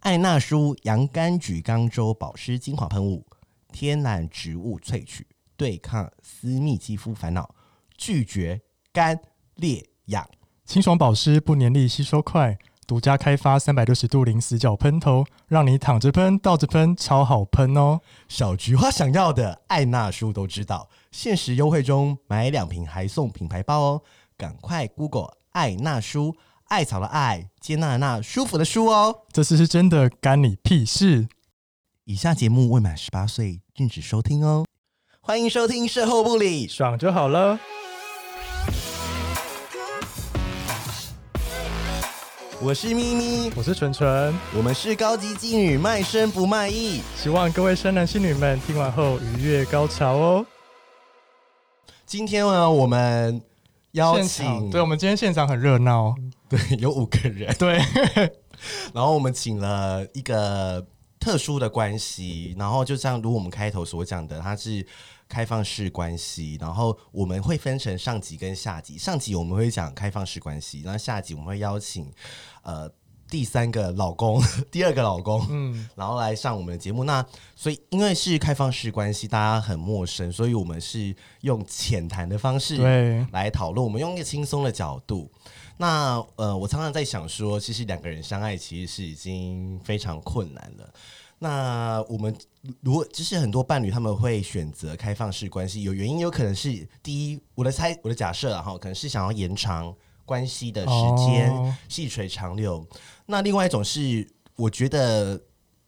艾纳舒洋甘菊刚州保湿精华喷雾，天然植物萃取，对抗私密肌肤烦恼，拒绝干裂痒。清爽保湿不粘力，吸收快，独家开发三百六十度零死角喷头，让你躺着喷、倒着喷，超好喷哦！小菊花想要的，艾纳舒都知道。限时优惠中，买两瓶还送品牌包哦！赶快 Google 艾纳舒，艾草的艾，接纳的纳，舒服的舒哦。这次是真的干你屁事！以下节目未满十八岁禁止收听哦。欢迎收听《售后不理》，爽就好了。我是咪咪，我是纯纯，我们是高级妓女，卖身不卖艺。希望各位生男性女们听完后愉悦高潮哦。今天呢，我们邀现请场，对我们今天现场很热闹，对有五个人，对， 然后我们请了一个特殊的关系，然后就像如我们开头所讲的，它是开放式关系，然后我们会分成上集跟下集，上集我们会讲开放式关系，然后下集我们会邀请呃第三个老公， 第二个老公，嗯，然后来上我们的节目。那所以因为是开放式关系，大家很陌生，所以我们是用浅谈的方式对，来讨论，我们用一个轻松的角度。那呃，我常常在想说，其实两个人相爱其实是已经非常困难了。那我们如果就是很多伴侣他们会选择开放式关系，有原因，有可能是第一，我的猜我的假设啊哈，可能是想要延长关系的时间，哦细水长流。那另外一种是，我觉得，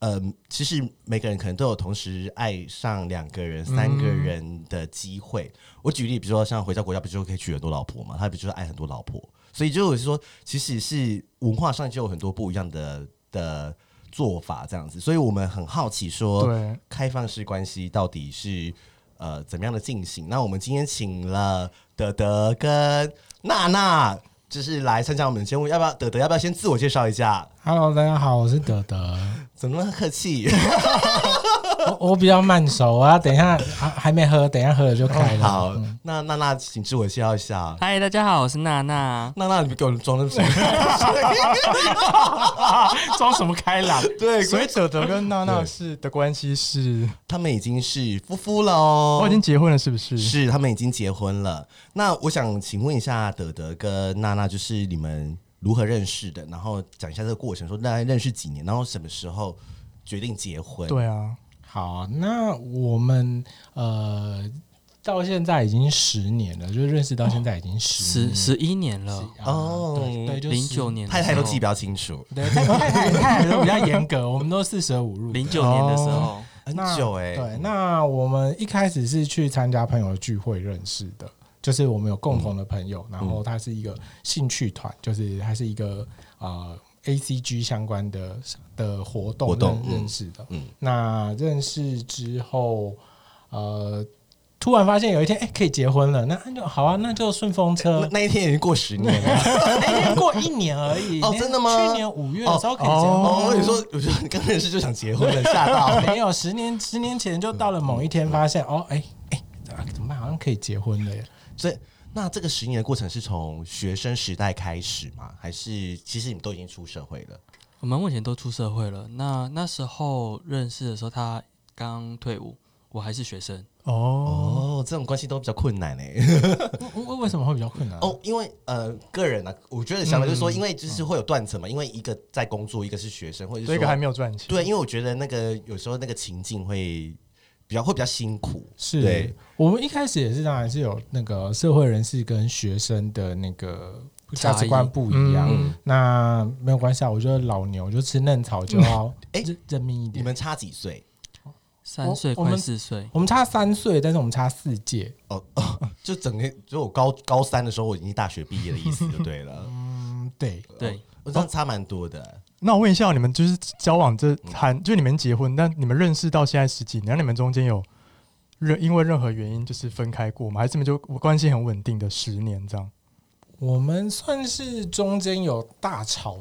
呃，其实每个人可能都有同时爱上两个人、三个人的机会。我举例，比如说像回到国家，不就可以娶很多老婆嘛？他不就是爱很多老婆？所以就是说，其实是文化上就有很多不一样的的做法，这样子。所以我们很好奇说，哦对，开放式关系到底是。呃，怎么样的进行？那我们今天请了德德跟娜娜，就是来参加我们的节目。要不要德德？要不要先自我介绍一下？ Hello，大家好，我是德德。怎么那么客 气？我我比较慢熟啊，等一下还还没喝，等一下喝了就开了。好，那娜娜，请自我介绍一下。嗨，大家好，我是娜娜。娜娜，你给我装 的什么？装什么开朗？对，所以哲德跟娜娜对是的关系是，他们已经是夫妇了哦，我已经结婚了，是不是？是他们已经结婚了。那我想请问一下德德跟娜娜，就是你们如何认识的？然后讲一下这个过程，说大概认识几年，然后什么时候决定结婚？对啊，好，那我们呃到现在已经十年了，就认识到现在已经十嗯十年十一年了，啊哦对对，就零九10。年的时太候太都记得比较清楚，对，太太太太都比较严格，我们都四舍五入。零九年的时候哦，很那久哎、对，那我们一开始是去参加朋友的聚会认识的，就是我们有共嗯同的朋友，然后他是一个兴趣团，就是他是一个呃 ACG 相关的的活动活动认嗯认识的。嗯那认识之后，呃，突然发现有一天，哎、可以结婚了，那那就好啊，那就顺风那车。那一天已经过十年了。那天过一年而已，哦真的吗去年五月的时候可以结婚。哦，你说，我觉得你刚认识就想结婚了，吓到。 没有，十年十年前就到了某一天，发现哦，哎、哎、啊怎么办？好像可以结 婚了耶！所以，那这个十年的过程是从学生时代开始吗？还是其实你们都已经出社会了？我们目前都出社会了。那那时候认识的时候，他刚退伍，我还是学生。哦，哦，这种关系都比较困难哎、为为为什么会比较困难？啊哦，因为呃，个人呢、啊，我觉得想法就是说，因为就是会有断层嘛，因为一个在工作，一个是学生，或者是所说以一个还没有赚钱，对，因为我觉得那个有时候那个情境会比较会比较辛苦，是对我们一开始也是，当然是有那个社会人士跟学生的那个价值观不一样。嗯那没有关系啊，我觉得老牛就吃嫩草就 要哎认认命一你点。们差几岁？三岁我我们快四岁，我们差三岁，但是我们差四届。哦哦，就整个就我高高三的时候，我已经大学毕业的意思就对了，嗯，对，对，我这样差蛮多的。那我问一下，你们就是交往这嗯谈，就你们结婚，但你们认识到现在十几年，那你们中间有任因为任何原因就是分开过吗？还是你们就关系很稳定的十年这样？我们算是中间有大吵，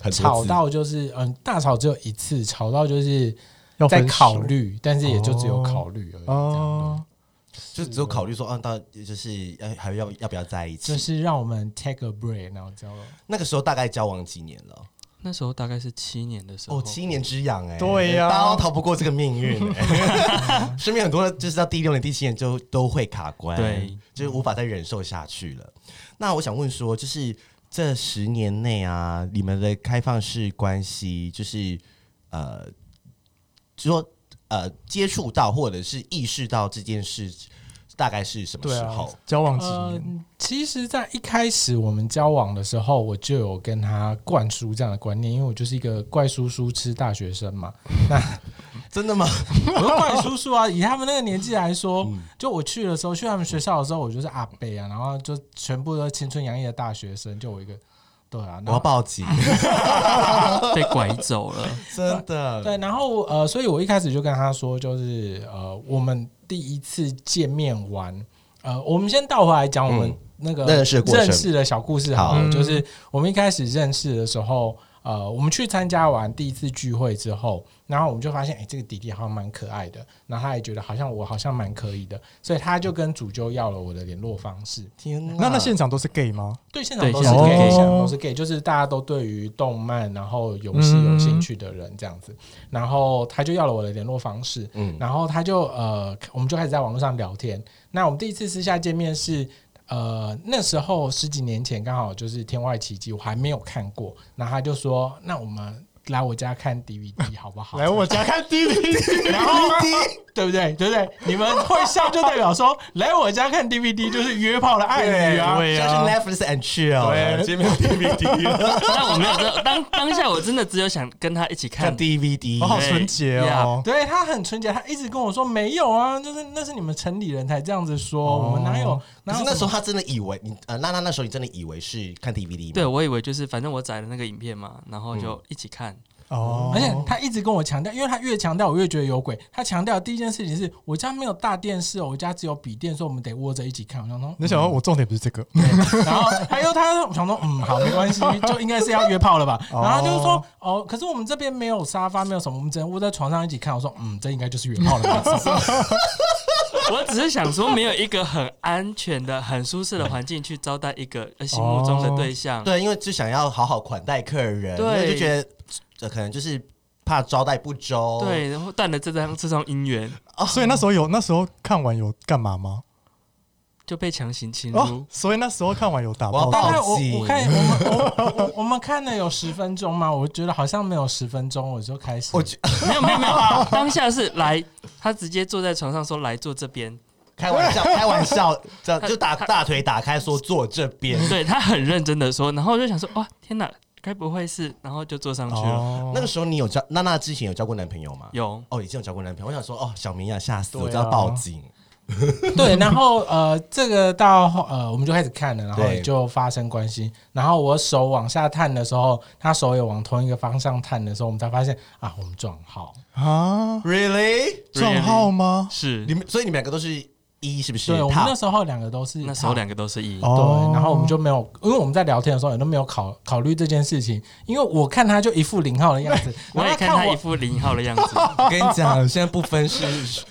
很多吵次到就是嗯，大吵只有一次，吵到就是要在分手考虑，但是也就只有考虑而已。哦哦，，就只有考虑说，啊，到底就是要还要要不要在一起？就是让我们 take a break，然后之后那个时候大概交往几年了？那时候大概是七年的时候，哦，七年之痒哎、对呀大家都逃不过这个命运、 欸。身边很多就是到第六年、第七年就都会卡关，对，就是无法再忍受下去了。那我想问说，就是这十年内啊，你们的开放式关系，就是呃，就说呃，接触到或者是意识到这件事，大概是什么对时啊候？，交往几呃年，，其实，在一开始我们交往的时候，我就有跟他灌输这样的观念，因为我就是一个怪叔叔吃大学生嘛，真的 吗？我就怪叔叔啊。以他们那个年纪来说，就我去的时候，去他们学校的时候，我就是阿伯啊，然后就全部都青春洋溢的大学生，就我一个，对啊，我然要后报警， 被拐走 了。真的。对，然后呃，所以我一开始就跟他说，就是呃，我们第一次见面完，呃，我们先倒回来讲我们嗯那个认识的过程认识的小故事好了，好就是我们一开始认识的时候，呃，我们去参加完第一次聚会之后，然后我们就发现，哎、这个弟弟好像蛮可爱的，然后他也觉得好像我好像蛮可以的，所以他就跟主教要了我的联络方式。 天哪，那那现场都是 gay 吗？对，现场对都是现场 gay，都是现 gay 场都是 gay，就是大家都对于动漫然后游戏有兴趣的人这样子。然后他就要了我的联络方式，嗯然后他就呃，我们就开始在网络上聊天。那我们第一次私下见面是。呃，那时候十几年前，刚好就是《天外奇迹》，我还没有看过。然后他就说：“那我们来我家看 DVD 好不好？”来我家看 DVD，然后 对不对？对不对？你们会笑，就代表说来我家看 DVD 就是约炮的暗语啊。对现在啊是 Netflix and chill，对今天没有 DVD 了，但我没有知道，当当下我真的只有想跟他一起看看 DVD，我好对纯洁哦呀。对他很纯洁，他一直跟我说没有啊，就是那是你们城里人才这样子说，哦我们哪有？可哪是有那时什候么他真的以为你呃，娜娜那时候你真的以为是看 DVD 吗？对，我以为就是反正我载了那个影片嘛，然后嗯就一起看。哦，而且他一直跟我强调，因为他越强调我越觉得有鬼。他强调第一件事情是我家没有大电视哦，我家只有笔电，所以我们得窝着一起看。我想说，你想到我重点不是这嗯个， 然后还有他我想说，嗯，好，没关系，就应该是要约炮了吧。哦然后他就是说，哦，可是我们这边没有沙发，没有什么，我们只能窝在床上一起看。我说，嗯，这应该就是约炮了吧。 我只是想说，没有一个很安全的、很舒适的环境去招待一个呃心目中的对象。对，因为就想要好好款待客人，对因为就觉得呃可能就是怕招待不周，，对，然后断了这张这桩姻缘，所以那时候有那时候看完有干嘛吗？就被强行侵入。哦，所以那时候看完有打我要炮报吗，大概警嗯我我看 我们我我我们看了有十分钟嘛，我觉得好像没有十分钟，我就开始。我觉没有没有没有，当下是来，他直接坐在床上说来坐这边，开玩笑，开玩笑，这样就打大腿打开说坐这边。对他很认真的说，然后我就想说哇天哪，该不会是，然后就坐上去了。哦那个时候你有交娜娜之前有交过男朋友吗？有哦，已经有交过男朋友。我想说，哦，小明啊，吓死我，对啊我就要报警。对，然后呃，这个到后呃，我们就开始看了，然后对就发生关系。然后我手往下探的时候，他手也往同一个方向探的时候，我们才发现啊，我们撞号。啊， Really？撞号吗？是你们所以你们两个都是一是不是？对，我们踏那时候两个都是那时候踏两个都是一，哦对，，然后我们就没有，因为我们在聊天的时候也都没有考考虑这件事情，因为我看他就一副零号的样子， 我然也后看他我一副零号的样子，哦我跟你讲，现在不分是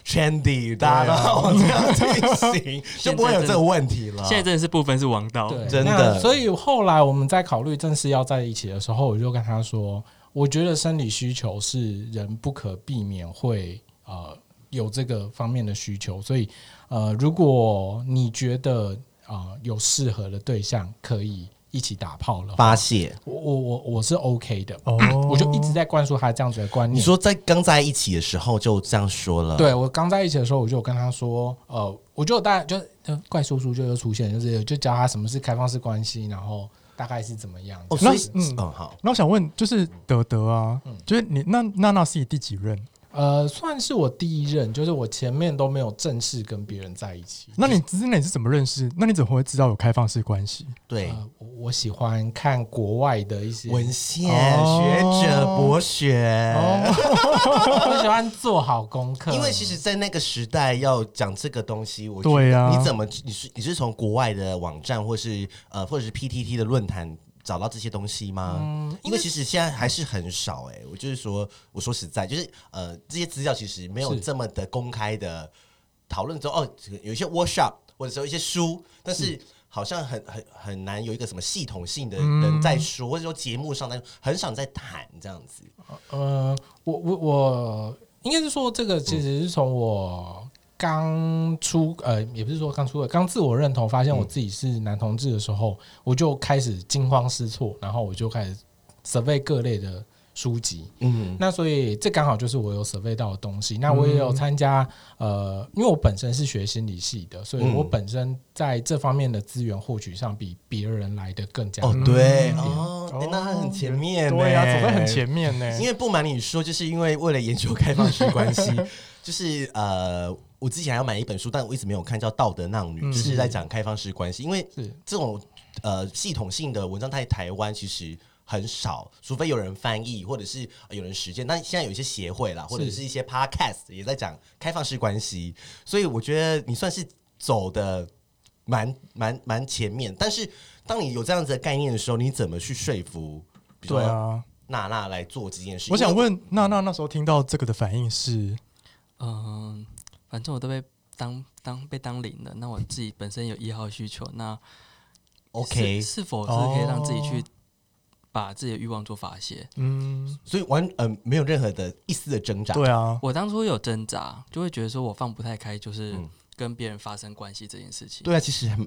trendy，大家都往这样进行，就不会有这个问题了。现在真的是不分是王道。对，哦真那的所以后来我们在考虑正式要在一起的时候，我就跟他说，我觉得生理需求是人不可避免会呃有这个方面的需求，所以呃，如果你觉得啊、呃有适合的对象可以一起打炮了，发泄。我我我我是 OK 的，哦，我就一直在灌输他这样子的观念。你说在刚在一起的时候就这样说了，，对我刚在一起的时候，我就有跟他说，呃，我就大概就呃怪叔叔就又出现，就是就教他什么是开放式关系，然后大概是怎么样。哦，所以那嗯嗯好，那我想问，就是德德啊，嗯就是你那娜娜是你第几任？呃，算是我第一任，就是我前面都没有正式跟别人在一起。那你之那你是怎么认识？那你怎么会知道有开放式关系？对，啊呃，我我喜欢看国外的一些，文献哦学者博学。 我喜欢做好功课，因为其实，在那个时代要讲这个东西，我对呀啊，你怎么你是你是从国外的网站或是呃或者是 PTT 的论坛找到这些东西吗？嗯因为其实现在还是很少哎、我就是说，我说实在，就是呃这些资料其实没有是这么的公开的讨论之后，哦，有一些 workshop 或者说一些书，但是好像很很很难有一个什么系统性的嗯人在说，或者说节目上在很少在谈这样子。呃，我我我应该是说，这个其实是从我刚出呃，也不是说刚出的，刚自我认同，发现我嗯自己是男同志的时候，我就开始惊慌失措，然后我就开始 survey 各类的书籍。嗯那所以这刚好就是我有 survey 到的东西。那我也有参加呃，因为我本身是学心理系的，所以我嗯本身在这方面的资源获取上比别人来的更加哦，对，哦，哦诶那很前面欸呢，对呀、走在很前面啊呢、因为不瞒你说，就是因为为了研究开放式关系，就是呃，我之前还要买一本书，但我一直没有看，叫《道德浪女》，就是在讲开放式关系。因为是这种呃系统性的文章在台湾其实很少，除非有人翻译或者是呃有人实践。但现在有一些协会啦，或者是一些 podcast 也在讲开放式关系，所以我觉得你算是走的蛮蛮蛮前面。但是当你有这样子的概念的时候，你怎么去说服？比如对说啊，娜娜来做这件事。我想因为，问娜娜那时候听到这个的反应是，嗯，反正我都被当当被当零了，那我自己本身有一号需求，那是 OK，是否是可以让自己去哦把自己的欲望做发泄？嗯，所以完呃没有任何的一丝的挣扎。对啊，我当初有挣扎，就会觉得说我放不太开，就是嗯跟别人发生关系这件事情。对啊，其实很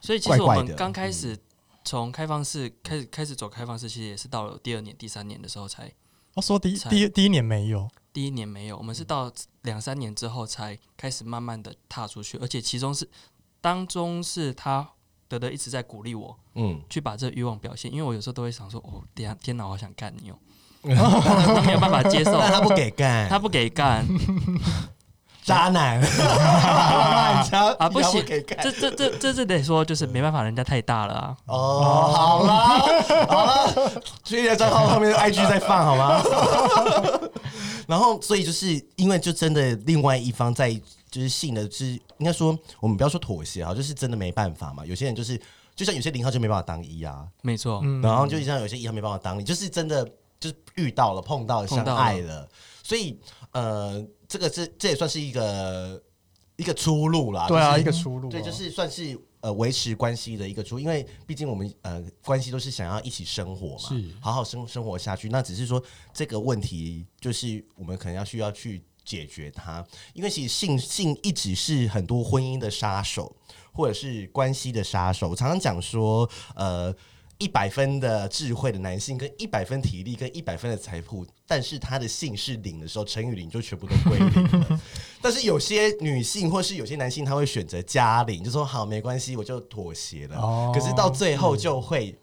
所以其实我怪怪们的嗯刚开始从开放式开始开始走开放式，其实也是到了第二年、第三年的时候才，我说第一才第一第一年没有，第一年没有，我嗯们是到两三年之后才开始慢慢的踏出去，而且其中是当中是他德德一直在鼓励我嗯， 去把这欲望表现，因为我有时候都会想说，哦，天啊天哪，我好想干 你哦，他没有办法接受，但他不给干，他不给干，渣男， 啊啊不行给干。这这这这这得说就是没办法，人家太大了啊。哦，好啦， 好啦，所以账号后 面 IG 在放好吗？ 然后，所以就是因为就真的另外一方在就是性的，就是应该说我们不要说妥协啊，就是真的没办法嘛。有些人就是就像有些零号就没办法当一啊，没错，嗯，然后就像有些一号没办法当你，就是真的就是遇到了、碰到了、碰相到了爱了，所以呃，这个是这也算是一个一个出路啦。对啊，就是一个出路啊、对，就是算是呃维持关系的一个出，因为毕竟我们呃关系都是想要一起生活嘛，是好好生生活下去。那只是说这个问题，就是我们可能要需要去解决它，因为其实性性一直是很多婚姻的杀手，或者是关系的杀手。我常常讲说，呃。一百分的智慧的男性跟一百分体力跟一百分的财富，但是他的性是零的时候，乘以零就全部都归零了。但是有些女性或是有些男性，他会选择加零，就说好没关系，我就妥协了。哦可是到最后就会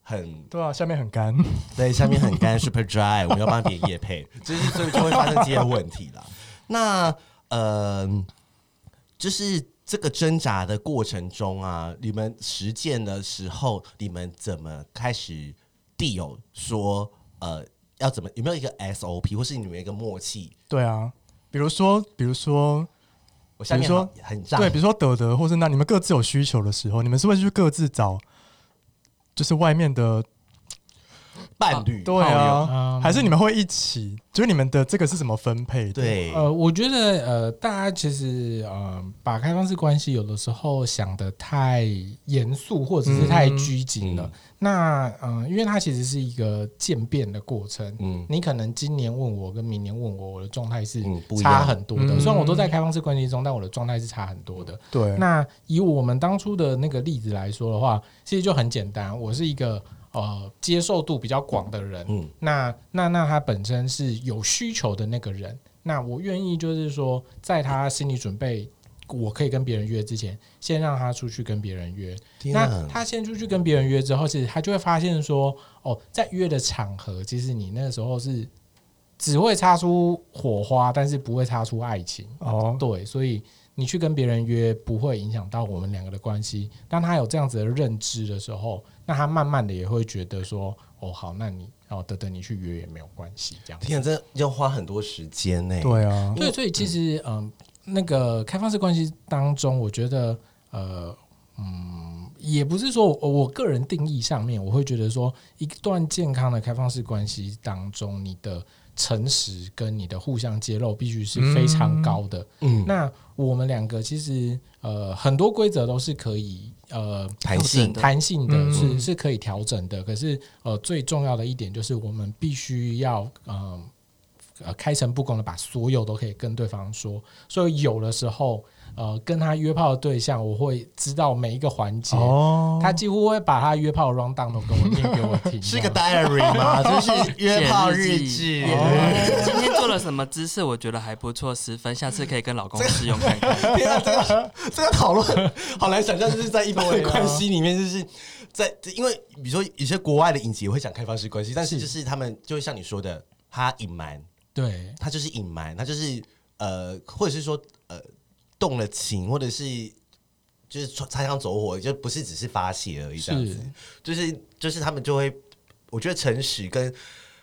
很对啊，下面很干，对，下面很干，super dry，我们要帮别人夜配，就是所以就会发 生这些问题啦。 那呃，就是这个挣扎的过程中啊，你们实践的时候，你们怎么开始地有说呃要怎么有没有一个 SOP，或是你们有一个默契？对啊，比如说比如说我下面比如说好很炸，对，比如说德德或是那你们各自有需求的时候，你们是会去各自找，就是外面的伴侣、对哦炮啊友，还是你们会一起？就是你们的这个是怎么分配的？，对，呃，我觉得呃，大家其实呃，把开放式关系有的时候想的太严肃，或者是太拘谨了。嗯那呃，因为它其实是一个渐变的过程。嗯你可能今年问我，跟明年问我，我的状态是嗯不一样差很多的。嗯虽然我都在开放式关系中，但我的状态是差很多的。对，那以我们当初的那个例子来说的话，其实就很简单。我是一个呃接受度比较广的人，嗯那那那他本身是有需求的那个人，那我愿意就是说，在他心理准备我可以跟别人约之前，先让他出去跟别人约。天那啊，他先出去跟别人约之后，其实他就会发现说，哦，在约的场合，其实你那个时候是只会擦出火花，但是不会擦出爱情。哦，对，所以你去跟别人约，不会影响到我们两个的关系。当他有这样子的认知的时候，那他慢慢的也会觉得说，哦，好，那你哦，等等你去约也没有关系，这样子。天啊，这要花很多时间呢、对啊，对，所以其实嗯，那个开放式关系当中，我觉得呃。嗯，也不是说我我个人定义上面，我会觉得说，一段健康的开放式关系当中，你的诚实跟你的互相揭露必须是非嗯常高的。嗯，那我们两个其实呃很多规则都是可以呃弹性的弹性的嗯是是可以调整的。可是呃，最重要的一点就是我们必须要呃呃开诚布公的把所有都可以跟对方说。所以有的时候呃跟他约炮的对象，我会知道每一个环节。哦，他几乎会把他约炮的 round down 都跟我念给我听，是个这样 diary 吗？就是约炮日记志。哦今天做了什么姿势？我觉得还不错，十分。下次可以跟老公试用看看。天啊，这个这个讨论 好难想象，就是在一般的关系里面，就是在因为比如说有些国外的影集也会讲开放式关系，但是就是他们就会像你说的，他隐瞒，对，他就是隐瞒，他就是呃，或者是说呃动了情，或者是就是擦枪走火，就不是只是发泄而已这样子是，就是就是他们就会，我觉得诚实跟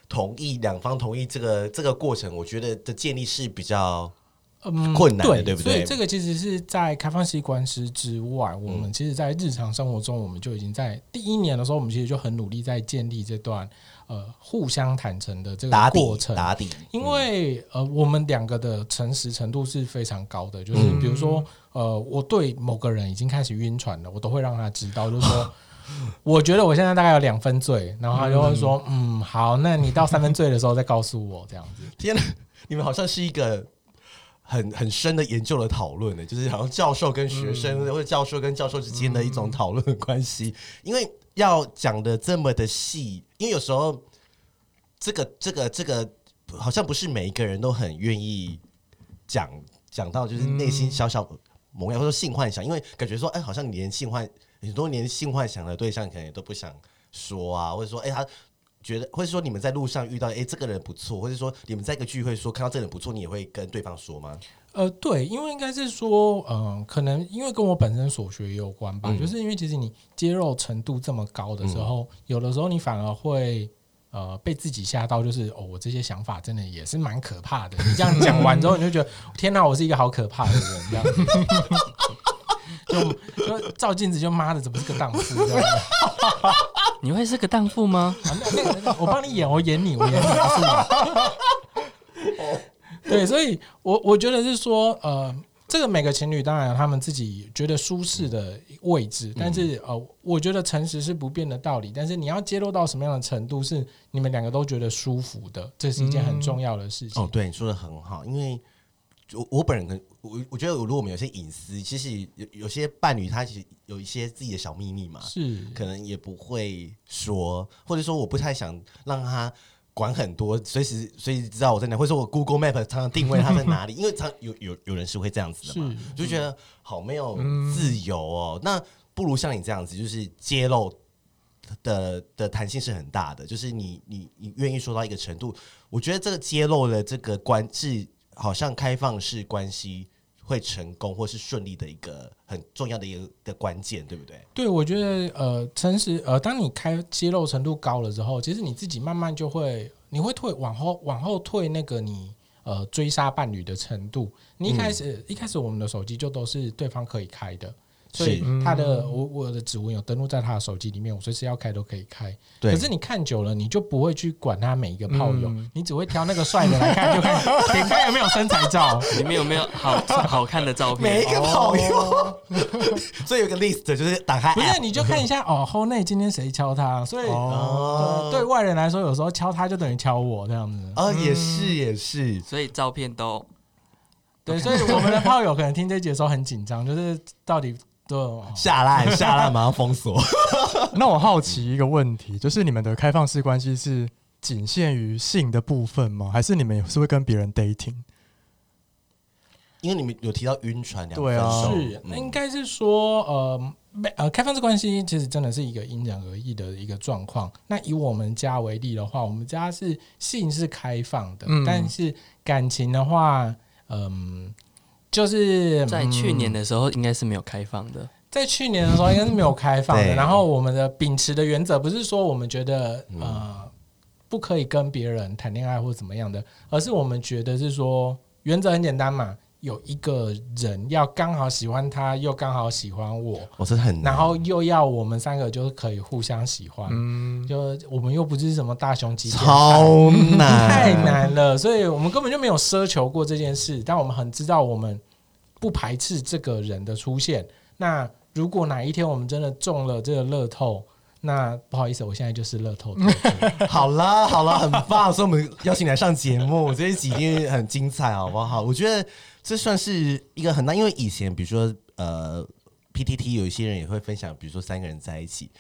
同意两方同意这个这个过程，我觉得的建立是比较嗯困难的对对不对所以这个其实是在开放式官司之外，我嗯们其实，在日常生活中，我们就已经在第一年的时候，我们其实就很努力在建立这段呃互相坦诚的这打个底嗯过程。打底，嗯因为呃，我们两个的诚实程度是非常高的，嗯就是比如说呃，我对某个人已经开始晕船了，我都会让他知道，就是说。 我觉得我现在大概有两分醉，然后他就会说：“嗯，好，那你到三分醉的时候再告诉我，这样子。”天哪，你们好像是一个很很深的研究的讨论呢，就是好像教授跟学生、嗯或者教授跟教授之间的一种讨论的关系，因为要讲的这么的细，因为有时候这个这个这个好像不是每一个人都很愿意讲讲到，就是内心小小萌芽或者说性幻想，因为感觉说，哎、好像你连性幻很多年性幻想的对象，可能也都不想说啊，或者说，哎、他觉得，或者说你们在路上遇到，哎、这个人不错，或者说你们在一个聚会说看到这个人不错，你也会跟对方说吗？呃，对，因为应该是说，嗯、可能因为跟我本身所学也有关吧，嗯就是因为其实你接受程度这么高的时候，有的时候你反而会呃被自己吓到，就是哦，我这些想法真的也是蛮可怕的。你这样讲完之后，你就觉得天哪，我是一个好可怕的人，这样 子。就就照镜子就妈的，怎么是个荡妇这样子？ 你会是个荡妇吗？啊那那 那我帮你演，我演你，我演你，是你。 对，所以我我觉得是说，呃，这个每个情侣当然有他们自己觉得舒适的位置，嗯但是呃，我觉得诚实是不变的道理，但是你要揭露到什么样的程度是你们两个都觉得舒服的，这是一件很重要的事情。哦，对，你说的很好，因为我我本人可能我我觉得，如果我们有些隐私，其实有有些伴侣他其实有一些自己的小秘密嘛，是，可能也不会说，或者说我不太想让他管很多，随时随时知道我在哪，或者说我 Google Map 常常定位他在哪里，因为常有有有人是会这样子的嘛，就觉得好没有嗯自由哦。那不如像你这样子，就是揭露的的弹性是很大的，就是你你你愿意说到一个程度，我觉得这个揭露的这个关是好像开放式关系。会成功或是顺利的一个很重要的一个的关键，对不对？对，我觉得呃，诚实呃，当你开揭露程度高了之后，其实你自己慢慢就会，你会退往后往后退那个你呃追杀伴侣的程度。你一开始、一开始我们的手机就都是对方可以开的，所以他的我我的指纹有登录在他的手机里面，我随时要开都可以开。对可是你看久了，你就不会去管他每一个炮友，你只会挑那个帅的来看，就看点开有没有身材照。里面有没有好好看的照每一片？个跑友， 所以有个 list 就是打开 app, 哦不是，你就看 一下哦，后内今天谁敲他，所以哦呃，对外人来说，有时候敲他就等于敲我这样子。哦，也是也是，所以照片都对，所以我们的炮友可能听这集的时候很紧张， 就是到底对哦下烂下烂马上封锁，那我好奇一个问题，就是你们的开放式关系是仅限于性的部分吗？还是你们也是会跟别人 dating？ 因为你们有提到晕船两分对啊手，是嗯哦应该是说呃。没呃，开放式关系其实真的是一个因人而异的一个状况。那以我们家为例的话，我们家是性是开放的，嗯但是感情的话，嗯，就是在去年的时候应该是没有开放的。在去年的时候应该是没有开放的。对然后我们的秉持的原则不是说我们觉得、嗯呃不可以跟别人谈恋爱或怎么样的，而是我们觉得是说原则很简单嘛，有一个人要刚好喜欢他，又刚好喜欢我，我真的很难然后又要我们三个就是可以互相喜欢，嗯，就我们又不是什么大胸肌，超难，太，难了，所以我们根本就没有奢求过这件事，但我们很知道我们不排斥这个人的出现。那如果哪一天我们真的中了这个乐透，那不好意思，我现在就是乐透特助。好啦，好啦，很棒，所以我们邀请你来上节目，这一集一定很精彩，好不好？我觉得这算是一个很大，因为以前比如说呃，PTT 有一些人也会分享，比如说三个人在一起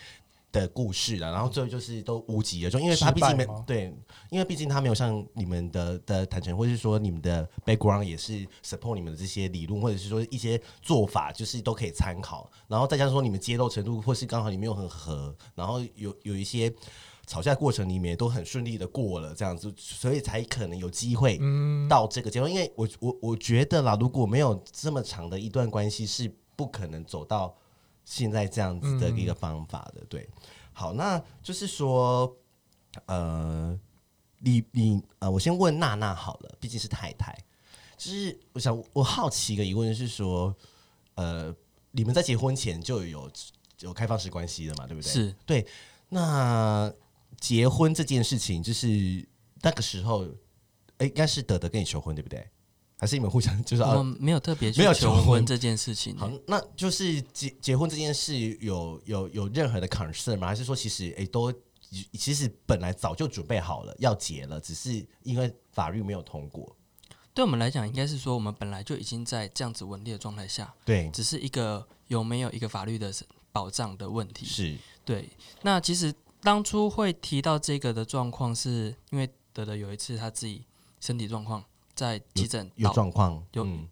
的故事啊，然后最后就是都无疾而终，因为他毕竟没失败吗对，因为毕竟他没有像你们的的坦诚，或是说你们的 background 也是 support 你们的这些理论，或者是说一些做法，就是都可以参考。然后再加上说你们揭露程度，或是刚好你们又很合，然后有有一些。吵架过程里面也都很顺利的过了，这样子，所以才可能有机会到这个阶段。因为我我我觉得啦，如果没有这么长的一段关系，是不可能走到现在这样子的一个方法的。对，好，那就是说，呃，你你呃，我先问娜娜好了，毕竟是太太。就是我想，我好奇一个疑问是说，呃，你们在结婚前就有有开放式关系的嘛，对不对？是对，那结婚这件事情，就是那个时候，哎应该是德德跟你求婚，对不对？还是你们互相就是我啊？们没有特别去没有求求婚婚这件事情。好，那就是结结婚这件事有有有任何的 concern 吗？还是说其实哎、都其实本来早就准备好了要结了，只是因为法律没有通过。对我们来讲，应该是说我们本来就已经在这样子稳定的状态下，对，只是一个有没有一个法律的保障的问题。是对，那其实当初会提到这个的状况，是因为德德有一次他自己身体状况在急诊有倒状况，有嗯、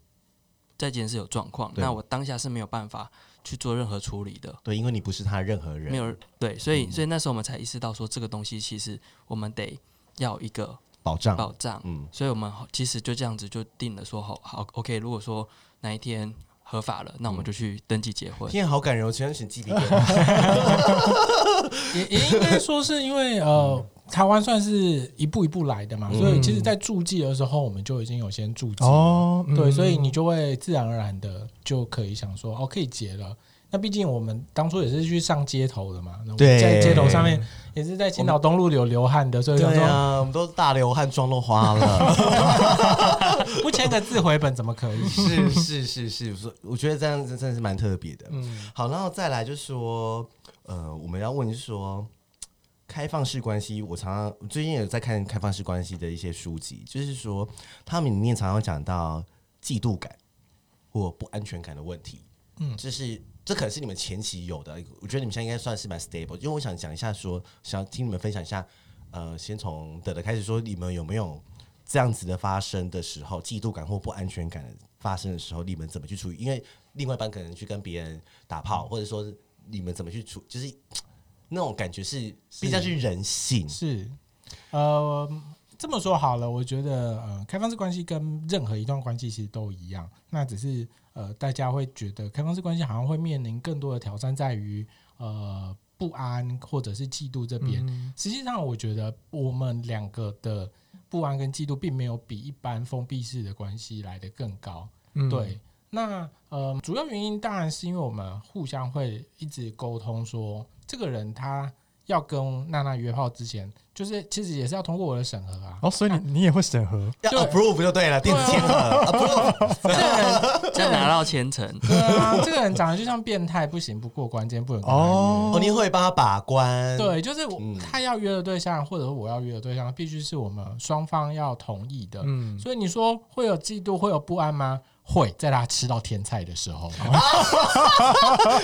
在急诊室有状况，对那我当下是没有办法去做任何处理的，对，因为你不是他任何人，没有对，所嗯以所以那时候我们才意识到说这个东西其实我们得要一个保障，保障，嗯，所以我们其实就这样子就定了说好好 OK，如果说哪一天合法了，那我们就去登记结婚。天啊，好感人，我全身起鸡 皮疙瘩。 也也应该说是因为呃，台湾算是一步一步来的嘛，所以其实，在注记的时候，我们就已经有先注记了哦，嗯对，所以你就会自然而然的就可以想说，哦，可以结了。那毕竟我们当初也是去上街头的嘛，那我对在街头上面也是在青岛东路有流汗的，所以想对说啊，我们都大流汗，妆都花了。不签个字回本怎么可以？是是是是，所以我觉得这样子真的是蛮特别的。嗯好，然后再来就是说，呃，我们要问就是说，开放式关系，我常常我最近有在看开放式关系的一些书籍，就是说他们里面常常讲到嫉妒感或不安全感的问题。嗯，就是这可能是你们前期有的，我觉得你们现在应该算是蛮 stable。因为我想讲一下说，想听你们分享一下，呃，先从德德开始说，你们有没有？这样子的发生的时候，嫉妒感或不安全感发生的时候，你们怎么去处理？因为另外一半可能去跟别人打炮，或者说是你们怎么去处，就是那种感觉是比较是人性，是，呃，这么说好了，我觉得呃，开放式关系跟任何一段关系其实都一样，那只是呃，大家会觉得开放式关系好像会面临更多的挑战，在于呃不安或者是嫉妒这边。嗯实际上，我觉得我们两个的不安跟嫉妒并没有比一般封闭式的关系来得更高。嗯，对，那呃，主要原因当然是因为我们互相会一直沟通说，这个人他要跟娜娜约炮之前，就是其实也是要通过我的审核啊。哦，所以你你也会审核，要对 approve 就对了，电子签合 approve，这个人，再拿到千 层，对啊，这个人长得就像变态，不行，不过关，今天不能跟他约哦哦，你会帮他把关，，对，就是我、嗯他要约的对象，或者我要约的对象，必须是我们双方要同意的。嗯，所以你说会有嫉妒，会有不安吗？会，在他吃到天菜的时 候，哦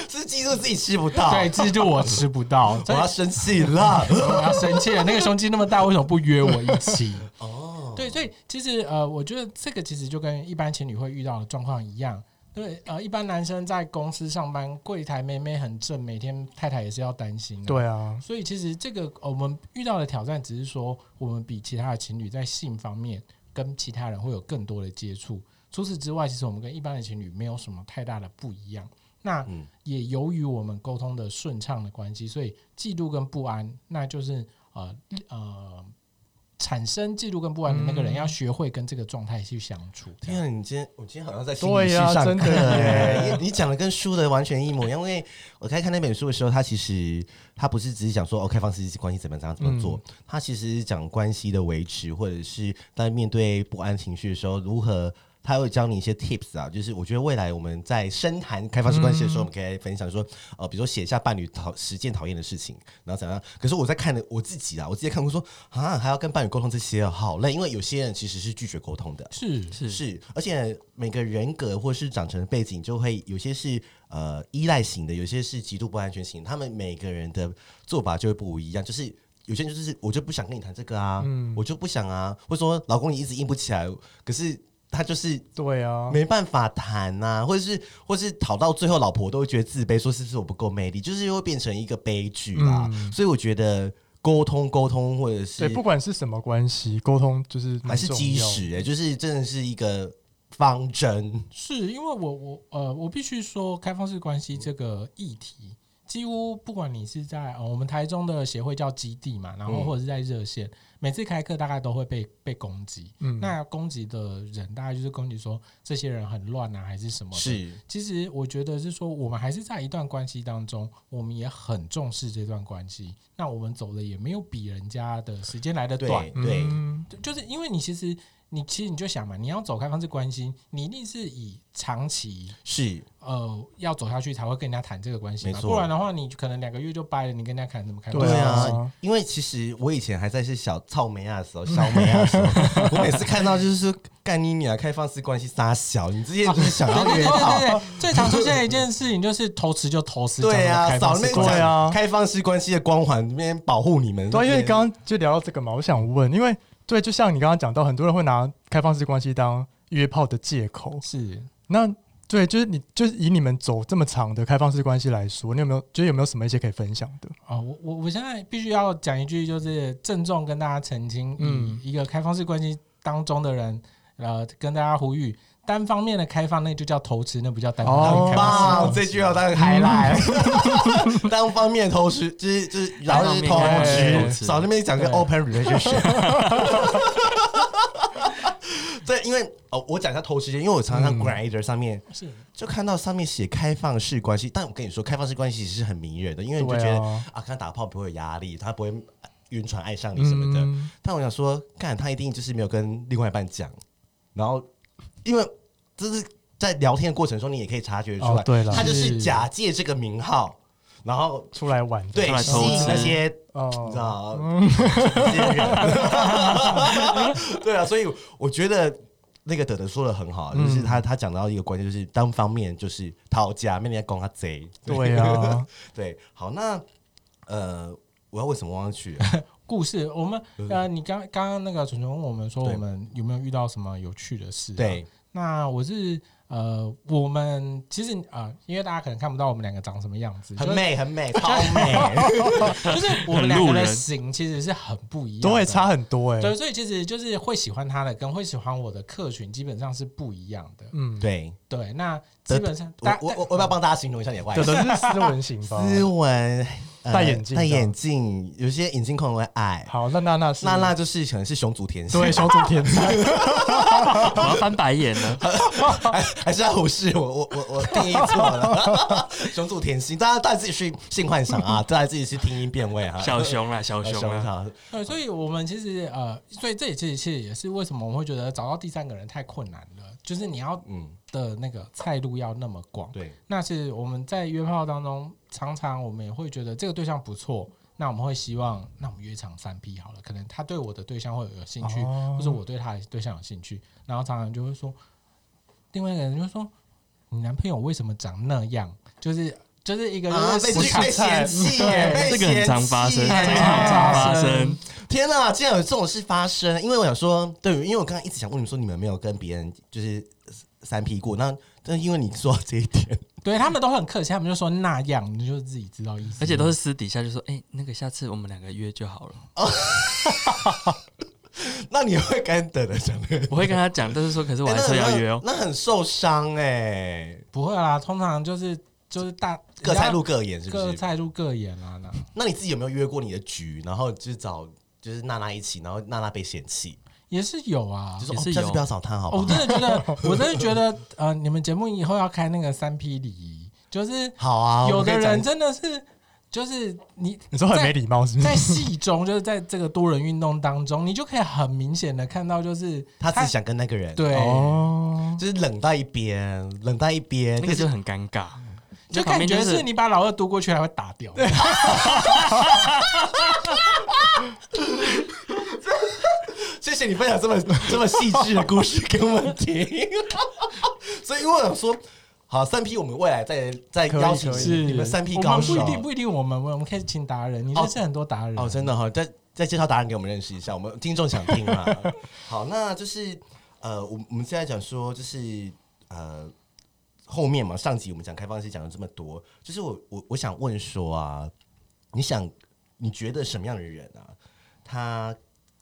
是记住自己吃不到，对，嫉妒我吃不到， 我所以要生气 了，我要生气了，那个胸肌那么大，为什么不约我一起？ 哦，对，所以其实呃，我觉得这个其实就跟一般情侣会遇到的状况一样。对，呃，一般男生在公司上班，柜台妹妹很正，每天太太也是要担心、啊。，对啊，所以其实这个呃我们遇到的挑战，只是说我们比其他的情侣在性方面跟其他人会有更多的接触。除此之外，其实我们跟一般的情侣没有什么太大的不一样。那嗯也由于我们沟通的顺畅的关系，所以嫉妒跟不安，那就是呃呃，产生嫉妒跟不安的那个人要学会跟这个状态去相处。这天样啊，你今天我今天好像在心理对系呀上真的课 耶耶，你讲的跟书的完全一模一样。因为我在看那本书的时候，他其实他不是只是讲说哦，开放式关系怎么样怎么样怎么做，嗯他其实讲关系的维持，或者是在面对不安情绪的时候如何。他会教你一些 tips 啊，就是我觉得未来我们在深谈开放式关系的时候，我们可以来分享说，呃，比如说写下伴侣讨十件讨厌的事情，然后怎样。可是我在看的我自己啊，我自己看过说啊，还要跟伴侣沟通这些哦，好累，因为有些人其实是拒绝沟通的。是嗯是是，而且每个人格或是长成的背景，就会有些是呃依赖型的，有些是极度不安全型，他们每个人的做法就会不一样，就是。有些人就是我就不想跟你谈这个啊，嗯我就不想啊，或者说老公你一直硬不起来，可是他就是对啊，没办法谈呐、或者是或是讨到最后，老婆都会觉得自卑，说是不是我不够魅力，就是会变成一个悲剧啦。所以我觉得沟通沟通或者啊是嗯对，不管是什么关系，沟通就是蛮还是重基要的石、欸，就是真的是一个方针。是因为我我呃，我必须说，开放式关系这个议题，几乎不管你是在、呃、我们台中的协会叫基地嘛，然后嗯或者是在热线，每次开课大概都会被被攻击。嗯，那攻击的人大概就是攻击说这些人很乱啊，还是什么的。是其实我觉得是说，我们还是在一段关系当中，我们也很重视这段关系。那我们走的也没有比人家的时间来的对短，对、嗯就就是因为你其实你其实你就想嘛，你要走开放式关系，你一定是以长期是，呃要走下去才会跟人家谈这个关系嘛，没错不然的话你可能两个月就掰了，你跟人家谈什么开放式对对关系？啊啊，因为其实我以前还在是小草莓啊的时候，小莓啊的时候，我每次看到就是说干你娘，开放式关系撒小，你之前不是想对要对对约好对，对，最常出现的一件事情就是投词就投词，对啊，啊，开扫放式那关系对啊开放式关系的光环里面保护你们。对，因为刚刚就聊到这个嘛，我想问，因为对，就像你刚刚讲到，很多人会拿开放式关系当约炮的借口。是那对，就是你，就是以你们走这么长的开放式关系来说，你有没有觉得有没有什么一些可以分享的？啊、我我我现在必须要讲一句，就是郑重跟大家澄清，嗯嗯，一个开放式关系当中的人，呃，跟大家呼吁，单方面的开放那就叫投资，那不叫单方面哦开放棒，式关这系。句要当海来， 单方面投食，就是就是，然后就是投单方面食，投食少那边讲个对 open relationship。对，因为哦，我讲一下偷时间，因为我常常嗯 Grinder 上面是就看到上面写开放式关系，但我跟你说，开放式关系其实是很迷人的，因为你就觉对得啊啊，跟他打炮不会有压力，他不会晕船爱上你什么的。嗯但我想说，干他一定就是没有跟另外一半讲，然后因为这是在聊天的过程中，你也可以察觉出来，哦对啦他就是是假借这个名号，然后出来玩的对出来吸投引资那些呃你知哦，道这些人， 对啊，所以我觉得。那个德德说的很好，就是他他讲到一个关键，就是单方面就是讨价，面人家攻他贼，对啊， 对，好，那呃，我要为什么忘记了？故事，我们呃，你刚刚刚那个纯纯问我们说，嗯对我们有没有遇到什么有趣的事、，啊对，那我是呃，我们其实啊、呃因为大家可能看不到我们两个长什么样子，很就是美很美，超美， 就是我们两个很路的人型其实是很不一样的，都会差很多哎、对，所以其实就是会喜欢他的，跟会喜欢我的客群基本上是不一样的。嗯，对。对，那基本上我我我我要帮大家形容一下你的外对，形，都是斯文型吧。斯文，呃戴眼镜戴的眼镜，有些眼镜控人会矮，好，那娜娜是娜娜就是可能是熊族天使，对小组天才，我要翻白眼 了。还还是虎视，我我我我定义错了，熊族天心，大家大家自己去性幻想啊，大家自己去听音辨位啊，小熊啦，小呃熊熊啦，啊，对，所以我们其实呃，所以这也其实其实也是为什么我们会觉得找到第三个人太困难了，就是你要嗯，的那个菜路要那么广。对，那是我们在约炮当中，常常我们也会觉得这个对象不错，那我们会希望，那我们约场三 P 好了，可能他对我的对象会有兴趣，哦或者我对他的对象有兴趣，然后常常就会说，另外一个人就会说，你男朋友为什么长那样？就是就是一个啊，就是被不拒被是嫌弃耶，对被这个很常发生，嫌这弃个耶很常发这个生。天呐，竟然有这种事发生！因为我想说，对，因为我刚刚一直想问你们说，你们有没有跟别人就是三 P 过？那但因为你说到这一点， 对他们都很客气，他们就说那样，你就自己知道意思，而且都是私底下就说，哎、那个下次我们两个约就好了。那你会跟等的讲那个？我会跟他讲，但是说，可是我还欸是那啊要那约哦。那很受伤哎、不会啦，通常就是就是大各菜路各眼是不各是？菜路各眼啊，那那你自己有没有约过你的局，然后就是找就是娜娜一起，然后娜娜被嫌弃，也是有啊，就也说是哦，下次有不要找她好不哦好？我真的觉得， 我真的觉得，呃，你们节目以后要开那个三 P 礼仪，就是好啊，有我们可的以讲人真的是，就是你你说很没礼貌是不是？在戏中， 就是在这个多人运动当中，你就可以很明显的看到，就是他只想跟那个啊人，，对，哦，就是冷到一边，冷到一边，那个就哎就是很尴尬，就在感旁边觉就是你把老二丢过去还会打掉。谢谢你分享这么 这么细致的故事给我们 听。所以因为我想说，好三 P，我们未来再再可以邀请可以你们三 P 我高们不手一，定不一定，我们我们可以请达人，你认识很多达人哦，真的哈、再再介绍答案给我们认识一下，我 们听众想听嘛。好，那就是呃，我我们现在讲说，就是呃，后面嘛，上集我们讲开放式讲了这么多，就是我我我想问说啊，你想你觉得什么样的人啊，他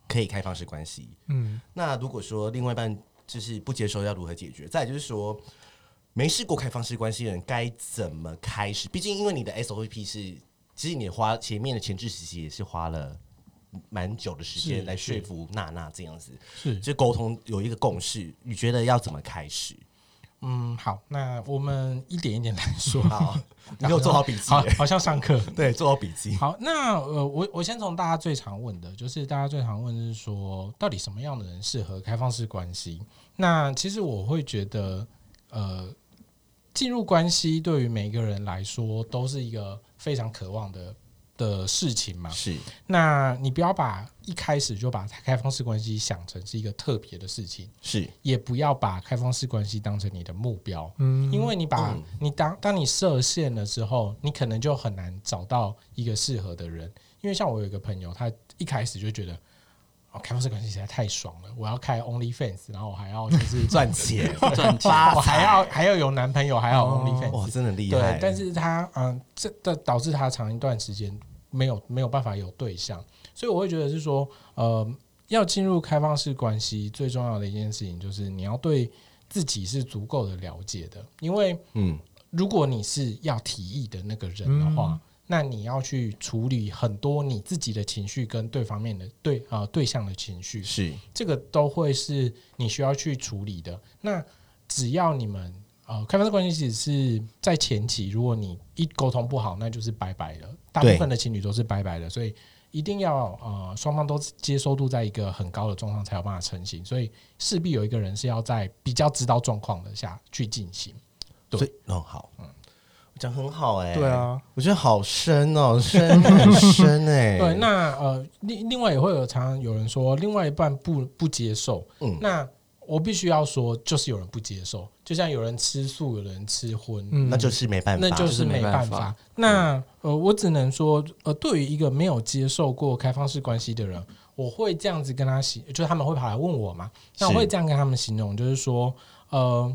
可以开放式关系？嗯，那如果说另外一半就是不接受，要如何解决？再来就是说，没试过开放式关系的人该怎么开始？毕竟因为你的 SOP 是，其实你花前面的前置时期也是花了蛮久的时间是来说服娜娜这样子，是就沟通有一个共识，你觉得要怎么开 始？嗯，好，那我们一点一点来说。好，你有做好笔记好，好像上课。 对，做好笔记。好，那呃，我我先从大家最常问的，就是大家最常问是说，到底什么样的人适合开放式关系？那其实我会觉得，呃，进入关系对于每个人来说都是一个非常渴望的的事情嘛。是，那你不要把一开始就把开放式关系想成是一个特别的事情，是，也不要把开放式关系当成你的目标。嗯，因为你把嗯你当当你设限了之后，你可能就很难找到一个适合的人。因为像我有一个朋友，他一开始就觉得，哦，开放式关系实在太爽了，我要开 OnlyFans，然后我还要就是 赚 钱，赚 钱发我还财，要还要有男朋友，还要有哦 OnlyFans，、哇，真的厉害对。。但是他嗯，这这导致他长一段时间没有没有办法有对象，所以我会觉得是说，呃，要进入开放式关系，最重要的一件事情就是你要对自己是足够的了解的，因为。嗯，如果你是要提议的那个人的话，那你要去处理很多你自己的情绪跟对方面的对啊、呃对象的情绪，是，这个都会是你需要去处理的。那只要你们呃开放式关系其实是在前期，如果你一沟通不好，那就是拜拜了。大部对分的情侣都是拜拜的，所以一定要呃双方都接受度在一个很高的状况才有办法成型，所以势必有一个人是要在比较知道状况的下去进行。对所以哦，好，讲很好哎、对啊，我觉得好深 哦，深很深哎、对，那呃，另另外也会有常常有人说，另外一半不不接受。嗯那我必须要说，就是有人不接受，就像有人吃素，有人吃荤，嗯那就是没办法，那就是没办就是没办法法。那呃，我只能说，呃，对于一个没有接受过开放式关系的人，我会这样子跟他形，就是他们会跑来问我嘛，那我是会这样跟他们形容，就是说，呃，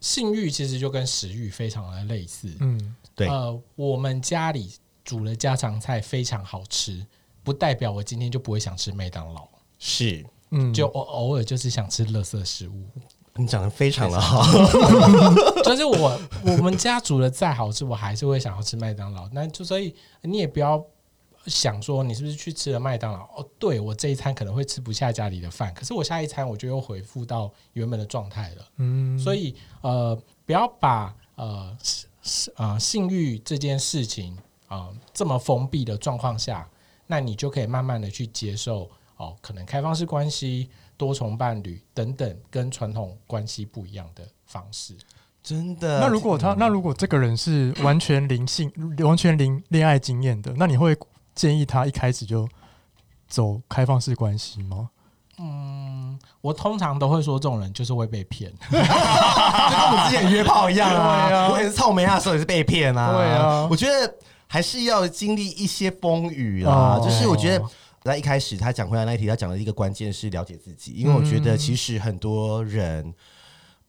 性欲其实就跟食欲非常的类似，嗯，对呃，我们家里煮的家常菜非常好吃，不代表我今天就不会想吃麦当劳，是嗯，就偶偶尔就是想吃垃圾食物。你讲的非常的 好，就是我我们家煮的再好吃，我还是会想要吃麦当劳。那就所以呃你也不要想说你是不是去吃了麦当劳哦，对我这一餐可能会吃不下家里的饭，可是我下一餐我就又恢复到原本的状态了。嗯，所以呃，不要把呃是是呃性欲这件事情啊、呃这么封闭的状况下，那你就可以慢慢的去接受哦，可能开放式关系、多重伴侣等等，跟传统关系不一样的方式。真的。那如果呃他，那如果这个人是完全零性、完全零恋爱经验的，那你会建议他一开始就走开放式关系吗？我通常都会说，这种人就是会被骗。 就跟我们之前约炮一样啊， 对啊我也是臭美亚的时候也是被骗啊，对啊我觉得还是要经历一些风雨啦，哦就是我觉得。在一开始他讲回来那一题，他讲的一个关键是了解自己，因为我觉得嗯其实很多人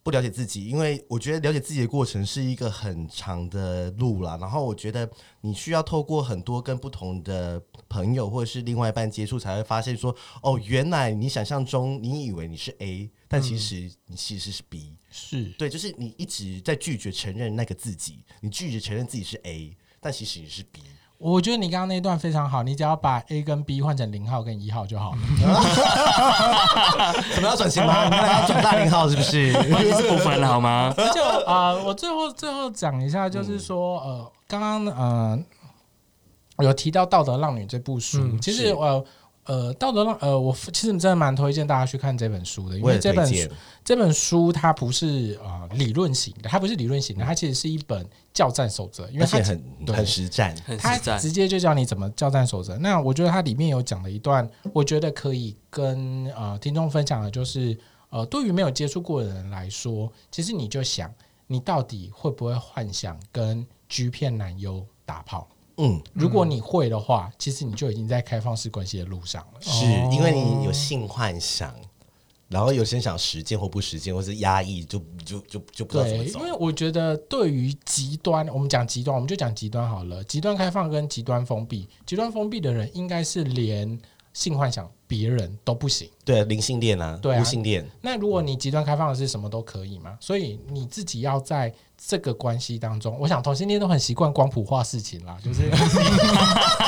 不了解自己，因为我觉得了解自己的过程是一个很长的路啦。然后我觉得你需要透过很多跟不同的朋友或者是另外一半接触，才会发现说，哦，原来你想象中你以为你是 A，但其实你其实是 B。是，对，就是你一直在拒绝承认那个自己，你拒绝承认自己是 A，但其实你是 B。我觉得你刚刚那段非常好，你只要把 A 跟 B 换成零号跟一号就好了。怎么要转型吗？你看来要转大零号是不 是？关系是不 分的好吗？嗯而且啊、呃我最后最后讲一下，就是说，呃，刚刚呃，有提到《道德浪女》这部书，嗯其是实呃呃，《道德浪》呃，我其实真的蛮推荐大家去看这本书的，因我为也这推本书荐，这本书它不是啊、呃理论型的，它不是理论型的，它其实是一本教战守则，因为嗯而它且很对很实战，很它实战，直接就教你怎么教战守则。那我觉得它里面有讲了一段，我觉得可以跟呃听众分享的，就是呃对于没有接触过的人来说，其实你就想，你到底会不会幻想跟 G 片男优打炮？嗯，如果你会的话，其实你就已经在开放式关系的路上了。是因为你有性幻想，然后有些人想实践或不实践，或是压抑，就就就就不知道怎对，么因走为。我觉得对于极端，我们讲极端，我们就讲极端好了。极端开放跟极端封闭，极端封闭的人应该是连性幻想别人都不行。对，零性恋啊，对啊无性恋，那如果你极端开放的是什么都可以嘛，所以你自己要在这个关系当中，我想同性恋都很习惯光谱化事情啦， 就是，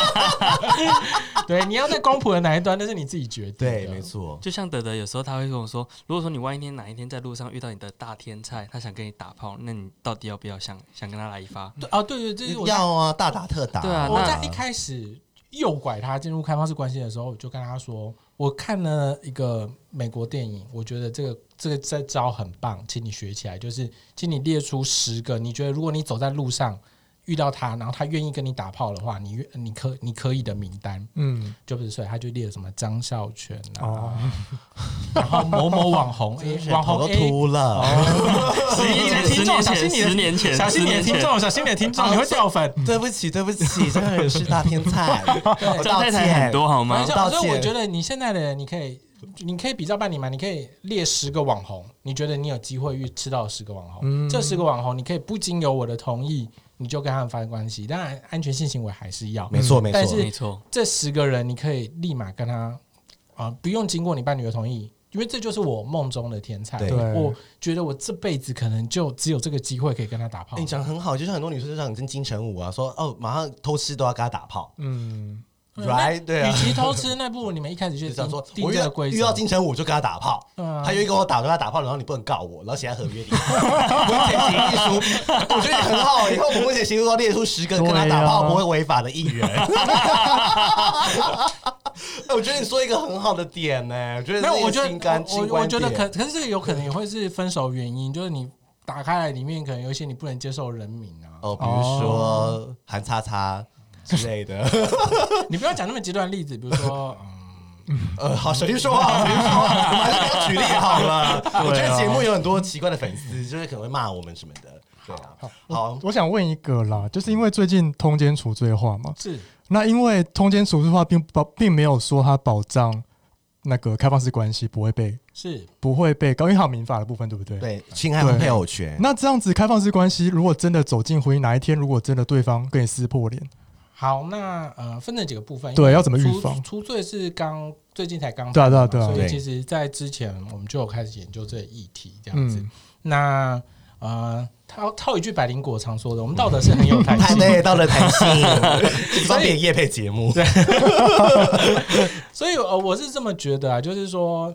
对，你要在光谱的哪一端，那是你自己决定的。对，没错，就像德德有时候他会跟我说，如果说你万一天哪一天在路上遇到你的大天菜，他想跟你打炮，那你到底要不要想想跟他来一发？对啊，对对，这是我在要啊，大打特打。对啊我那在一开始诱拐他进入开放式关系的时候，我就跟他说，我看了一个美国电影，我觉得这个这个这招很棒，请你学起来。就是，请你列出十个，你觉得如果你走在路上遇到他，然后他愿意跟你打炮的话，你愿你可你可以的名单。嗯，就不是，所以他就列了什么张孝全啊，哦，然后某某网红 A 就是网头红都 A。哦秃了，十你的听众小心你的十年前，小心你的听众，小心你的听 众，你会掉粉。 对不起，对不起，这个人是大偏 菜，我张道太太很歉。多好吗反？道歉正，所以我觉得你现在的人，你可以，你可以比照办理嘛，你可以列十个网红，你觉得你有机会遇吃到十个网红，嗯这十个网红你可以不经由我的同意，你就跟他们发生关系，当然安全性行为还是要。没错，没但错是，没错，这十个人你可以立马跟他啊、不用经过你伴侣的同意，因为这就是我梦中的天才。对对我觉得我这辈子可能就只有这个机会可以跟他打 炮欸。你讲得很好，就像很多女生就像跟金城武啊，说哦，马上偷吃都要跟他打炮嗯，嗯，right？对与啊， 其偷吃，那不如你们一开始就就想说，定我定遇这个到规遇则到。金城武就跟他打炮，对啊他愿意跟我打，就跟他打炮，然后你不能告我，然后写在合约里， 我写协议书，我觉得很好。以后我们会写协议书要列出十个跟他打对 炮啊不会违法的艺人。哎我觉得你说一个很好的点呢、我觉得没有，我觉这是一个心得甘我情我我观觉点得可可是这个有可能也会是分手原因，就是你打开来里面可能有一些你不能接受的人名 啊，哦，比如哦说韩叉叉之类的。你不要讲那么极端的例子，比如说嗯呃，好，随便说话，随便说话，我们还是不要举例好了。我觉得节目有很多奇怪的粉丝，就是可能会骂我们什么的。对啊，好，我想问一个啦，就是因为最近通奸除罪化嘛，是那因为通奸除罪化并保并没有说它保障那个开放式关系不会被是不会被告，因为它有民法的部分，对不对？。对，侵害婚配偶权，那这样子开放式关系，如果真的走进婚姻，哪一天如果真的对方跟你撕破脸，好，那呃分成几个部分，对因为要怎么预除防除罪是刚最近才刚对啊对啊发对啊嘛所对以其实在之前我们就有开始研究这个议题这样子。嗯，那呃，套套一句百灵果常说的，我们道德是很有弹太性，对，到了弹性，方便夜配节目。所以呃，我是这么觉得啊，就是说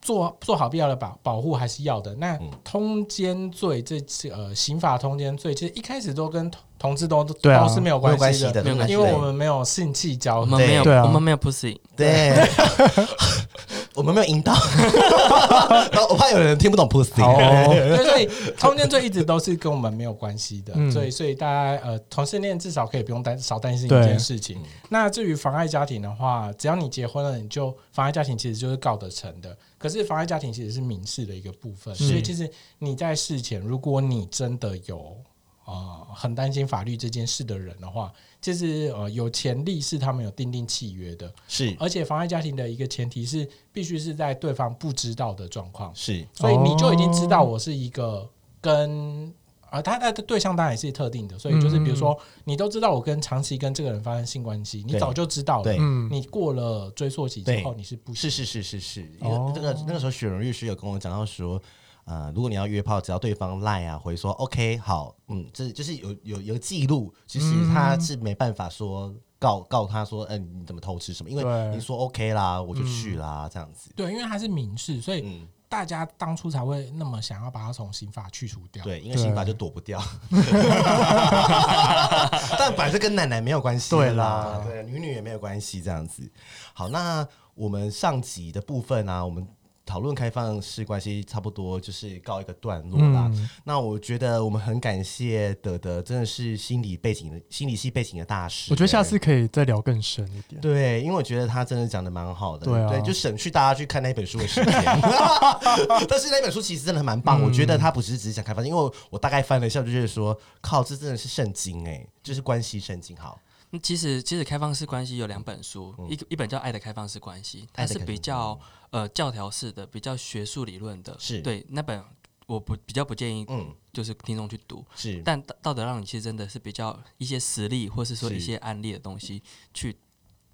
做做好必要的保保护还是要的。那嗯通奸罪这次呃刑法通奸罪，其实一开始都跟同同志都都对啊是没有没有关关系系的，的。没有关系因为我们没有性器交我合们，没有，对啊我们没有 pussy，对， 我们没有引导， 然后我怕有人听不懂 pussy。哦，对，所以通奸罪一直都是跟我们没有关系的，嗯所以所以大家呃同性恋至少可以不用担少担心一件事情对嗯。那至于妨碍家庭的话，只要你结婚了，你就妨碍家庭其实就是告得成的。可是妨碍家庭其实是民事的一个部分，是所以其实你在事前，如果你真的有呃很担心法律这件事的人的话，其实呃有潜力是他们有订定契约的， 是而且妨碍家庭的一个前提是必须是在对方不知道的状况。是，所以你就已经知哦道我是一个跟啊，他他的对象当然也是特定的，所以嗯就是比如说，你都知道我跟长期跟这个人发生性关系，你对早就知道了，对嗯，你过了追溯期之后，对你是不是是行是是是，因哦为那个那个时候雪荣律师有跟我讲到说，呃，如果你要约炮，只要对方赖啊回说 OK 好，嗯，这就是有有有记录，其实嗯他是没办法说告告他说，嗯、你怎么偷吃什么，因为对嗯你说 OK 啦，我就去啦，这样子，对，因为他是民事，所以嗯，大家当初才会那么想要把它从刑法去除掉。对，因为刑法就躲不掉。但反正跟奶奶没有关系，对啦啦，对，女女也没有关系，这样子。好，那我们上集的部分啊，我们讨论开放式关系差不多就是告一个段落啦。嗯那我觉得我们很感谢德德，真的是心理背景的心理系背景的大师、我觉得下欸次可以再聊更深一点。对，因为我觉得他真的讲的蛮好的，对啊就省去大家去看那本书的 时间。 但是那本书其实真的还蛮棒，我嗯觉得他不是只是讲开放性，因为我我大概翻了一下，就觉得说，靠，这真的是圣经哎、就是关系圣经好。嗯其实其实开放式关系有两本书，一个一本叫《爱的开放式关系》，嗯它爱的是开比放式较呃教条式的，比较学术理论的，是对那本我不比较不建议嗯，就是听众去读，是但道道德让你其实真的是比较一些实例或是说是一些案例的东西去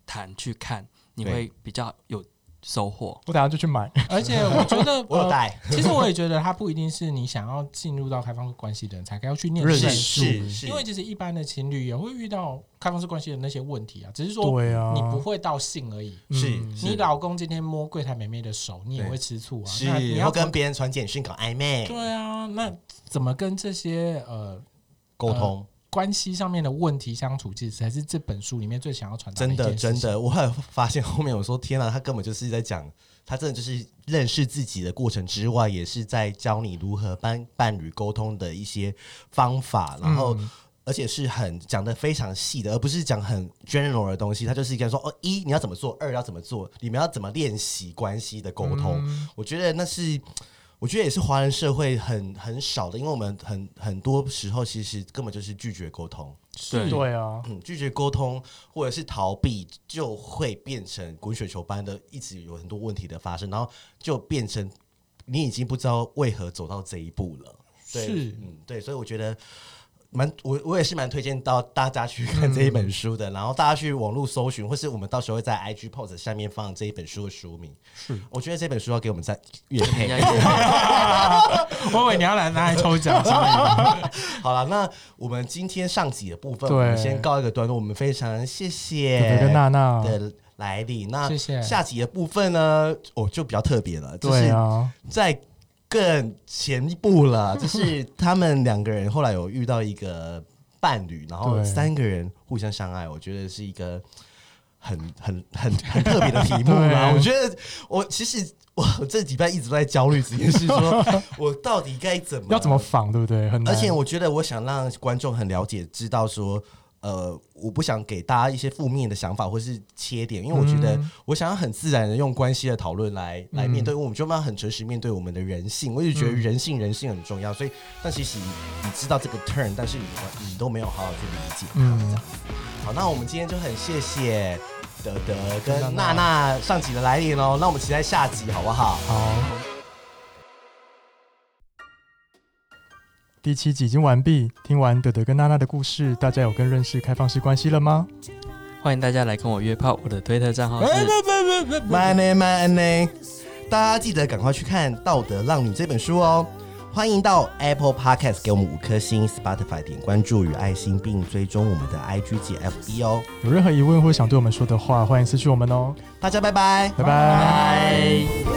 谈去看，你对会比较有收获。我等下就去买。而 且我觉得我有呃带，其实我也觉得，它不一定是你想要进入到开放式关系的人才该要去念认证识书，是是，呃因为其实一般的情侣也会遇到开放式关系的那些问题啊，只是说对啊，你不会到性而已。是嗯是你老公今天摸柜台妹妹的手，你也对会吃醋啊。是，那你然要后怎跟么别人传简讯搞暧昧对啊，那怎么跟这些呃沟通，关系上面的问题相处，其实才是这本书里面最想要传达真的一件事真情。的，我后来发现后面我说天啊，他根本就是在讲，他真的就是认识自己的过程之外，也是在教你如何伴伴侣沟通的一些方法，然后。嗯而且是很讲的非常细的，而不是讲很 general 的东西。他就是一个说，哦，一你要怎么做，二要怎么做，你们要怎么练习关系的沟通。嗯我觉得那是，我觉得也是华人社会很很少的，因为我们很很多时候其实根本就是拒绝沟通。对对啊，嗯，拒绝沟通或者是逃避，就会变成滚雪球般的，一直有很多问题的发生，然后就变成你已经不知道为何走到这一步了。对，是 嗯，对，所以我觉得。蛮我我也是蛮推荐到大家去看这一嗯本书的，然后大家去网络搜寻，或是我们到时候会在 IG post 下面放这一本书的书名。是，我觉得这本书要给我们在乐配人。家也我以为你要来拿来 抽奖，sorry 好了，那我们今天上集的部分，对我们先告一个段落。我们非常谢谢对跟娜娜，的来历。那谢谢下集的部分呢，哦，就比较特别了，就嗯对是啊，在更前一步了， 就是他们两个人后来有遇到一个伴侣，然后对三个人互相相爱，我觉得是一个。很很很很特别的题目啦， 对啊我觉得我其实我我这几拜一直在焦虑这件事，说 我到底该怎么要怎么仿，对不对？很难。而且我觉得我想让观众很了解，知道说，呃，我不想给大家一些负面的想法或是切点，因为我觉得嗯我想要很自然的用关系的讨论来来嗯面对，我们就要很诚实面对我们的人性。我就觉得人性人性很重要，所以但其实你知道这个 turn，但是你你都没有好好去理解它。嗯这样好，那我们今天就很谢谢德德跟跟娜娜娜娜上集的来临哦，那我们期待下集好不好？好，第七集已经完毕。听完德德跟娜娜的故事，大家有更认识开放式关系了吗？ 欢迎大家来跟我约炮，我的推特账号哎是 My name, my name。大家记得赶快去看《道德浪女》这本书哦。欢迎到 Apple Podcast 给我们五颗星，Spotify 点关注与爱心，并追踪我们的 IG 及 FB 哦。有任何疑问或想对我们说的话，欢迎私讯我们哦。大家拜拜，拜拜拜。